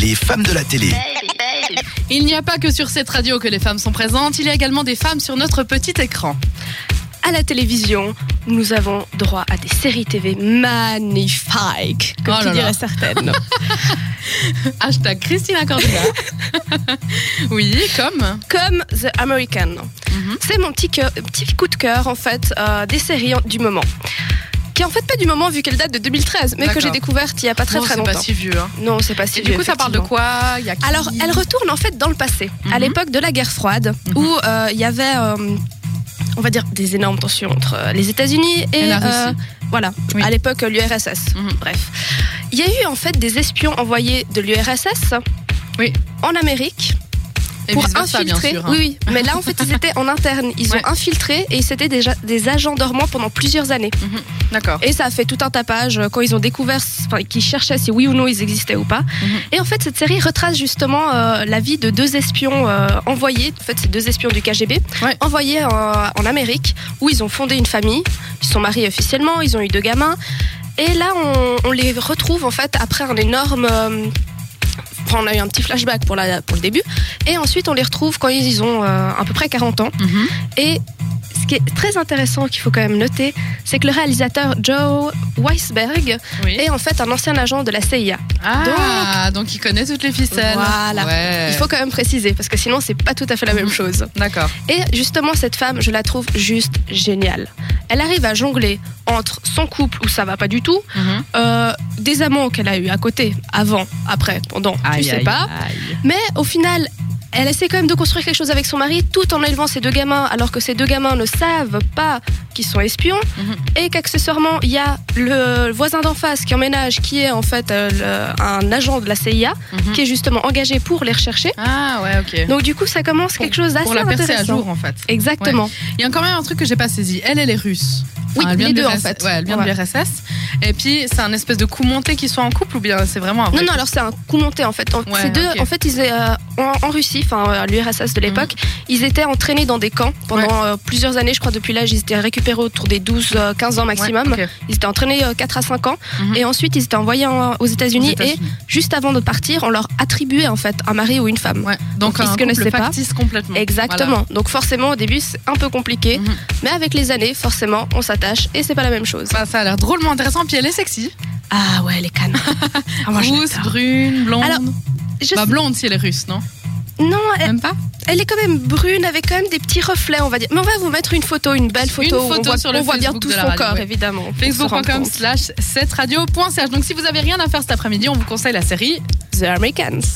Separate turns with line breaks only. les femmes de la télé.
Il n'y a pas que sur cette radio que les femmes sont présentes, il y a également des femmes sur notre petit écran.
À la télévision, nous avons droit à des séries TV magnifiques, comme
Oh là
tu
là.
dirais certaines.
Hashtag Christina Cordula. oui, comme
comme The American.
Mhm.
C'est mon petit, cœur- petit coup de cœur, en fait, euh, des séries en- du moment. Qui est en fait pas du moment vu qu'elle date de 2013, mais que
D'accord.
j'ai découverte il y a pas très
Bon,
très
c'est pas
longtemps.
si vieux. hein.
Non, c'est pas si
Et du
vieux,
coup, ça parle de
effectivement.
quoi Il y a qui
Alors, elle retourne en fait dans le passé, à
Mhm.
l'époque de la guerre froide, où euh, il y avait, euh, on va dire, des énormes tensions entre euh, les États-Unis et,
Et la Russie.
euh, voilà,
Oui.
à l'époque euh, l'URSS.
Mhm.
Bref, il y a eu en fait des espions envoyés de l'URSS
Oui.
en Amérique
Et
pour
vice-versa, bien
infiltrer.
sûr, hein.
Oui, oui, mais là en fait ils étaient en interne, ils
Ouais.
ont infiltré et c'était déjà des agents dormants pendant plusieurs années.
D'accord.
Et ça a fait tout un tapage euh, quand ils ont découvert, enfin, qu'ils cherchaient si oui ou non ils existaient ou pas.
Mhm.
Et en fait, cette série retrace justement euh, la vie de deux espions euh, envoyés, en fait, c'est deux espions du KGB,
Ouais.
envoyés euh, en Amérique, où ils ont fondé une famille, ils se sont mariés officiellement, ils ont eu deux gamins. Et là, on, on les retrouve en fait après un énorme. euh, enfin, on a eu un petit flashback pour, la, pour le début. Et ensuite, on les retrouve quand ils ont euh, à peu près 40 ans.
Mhm.
Et ce qui est très intéressant qu'il faut quand même noter, c'est que le réalisateur Joe Weisberg
Oui.
est en fait un ancien agent de la CIA.
Ah, donc, il connaît toutes les ficelles.
Voilà.
Ouais.
Il faut quand même préciser parce que sinon c'est pas tout à fait la même chose.
D'accord.
Et justement cette femme, je la trouve juste géniale. Elle arrive à jongler entre son couple où ça va pas du tout,
Mhm.
euh, des amants qu'elle a eu à côté, avant, après, pendant,
Aïe,
tu sais
aïe,
pas.
aïe.
Mais au final, elle essaie quand même de construire quelque chose avec son mari tout en élevant ses deux gamins, alors que ces deux gamins ne savent pas qu'ils sont espions.
Mhm.
Et qu'accessoirement, il y a le voisin d'en face qui emménage, qui est en fait euh, le- un agent de la CIA,
Mhm.
qui est justement engagé pour les rechercher.
Ah, ouais, ok.
Donc du coup, ça commence quelque chose d'assez
pour la percer à
intéressant.
jour, en fait.
Exactement.
Il y a quand même un truc que j'ai pas saisi. Elle, elle est russe.
Oui,
elle vient
les
de
deux, en
l'URSS.
fait.
Ouais, elle vient de
Ouais.
l'URSS. Et puis, c'est un espèce de coup monté qu'ils soient en couple ou bien c'est vraiment un vrai
Non, non, alors c'est un coup monté en fait. En-
Ouais,
ces deux,
ok.
en fait, ils, étaient, euh, en, en Russie, enfin euh, l'URSS de l'époque,
Mhm.
ils étaient entraînés dans des camps pendant euh, plusieurs années, je crois, depuis l'âge, ils étaient récupérés autour des 12-15 ans maximum.
Ouais, ok.
Ils étaient entraînés euh, 4 à 5 ans
Mhm.
et ensuite ils étaient envoyés en- aux États-Unis
Aux
et
États-Unis.
juste avant de partir, on leur attribuait en fait un mari ou une femme.
Ouais. Donc,
Donc, ils
un
se
couple
connaissaient pas.
factice complètement.
Exactement. Donc forcément au début c'est un peu compliqué,
Voilà. Mhm.
mais avec les années forcément on s'attache et c'est pas la même chose.
Bah, ça a l'air drôlement intéressant. Puis elle est sexy.
Ah ouais les cannes. Ah, moi, je
Rousse,
l'adore.
brune, blonde.
Alors, Eh, Je-
Bah, blonde si elle est russe, non
Non, elle,
Même pas
elle est quand même brune avec quand même des petits reflets on va dire. Mais on va vous mettre une photo, une belle
Une
photo. où
photo
on voit,
sur le
on voit bien
Facebook
tout
de la
son
radio,
corps
ouais.
évidemment. pour se
Facebook.com
rendre compte.
slash 7radio.ch. Donc si vous avez rien à faire cet après-midi, on vous conseille la série
The Americans.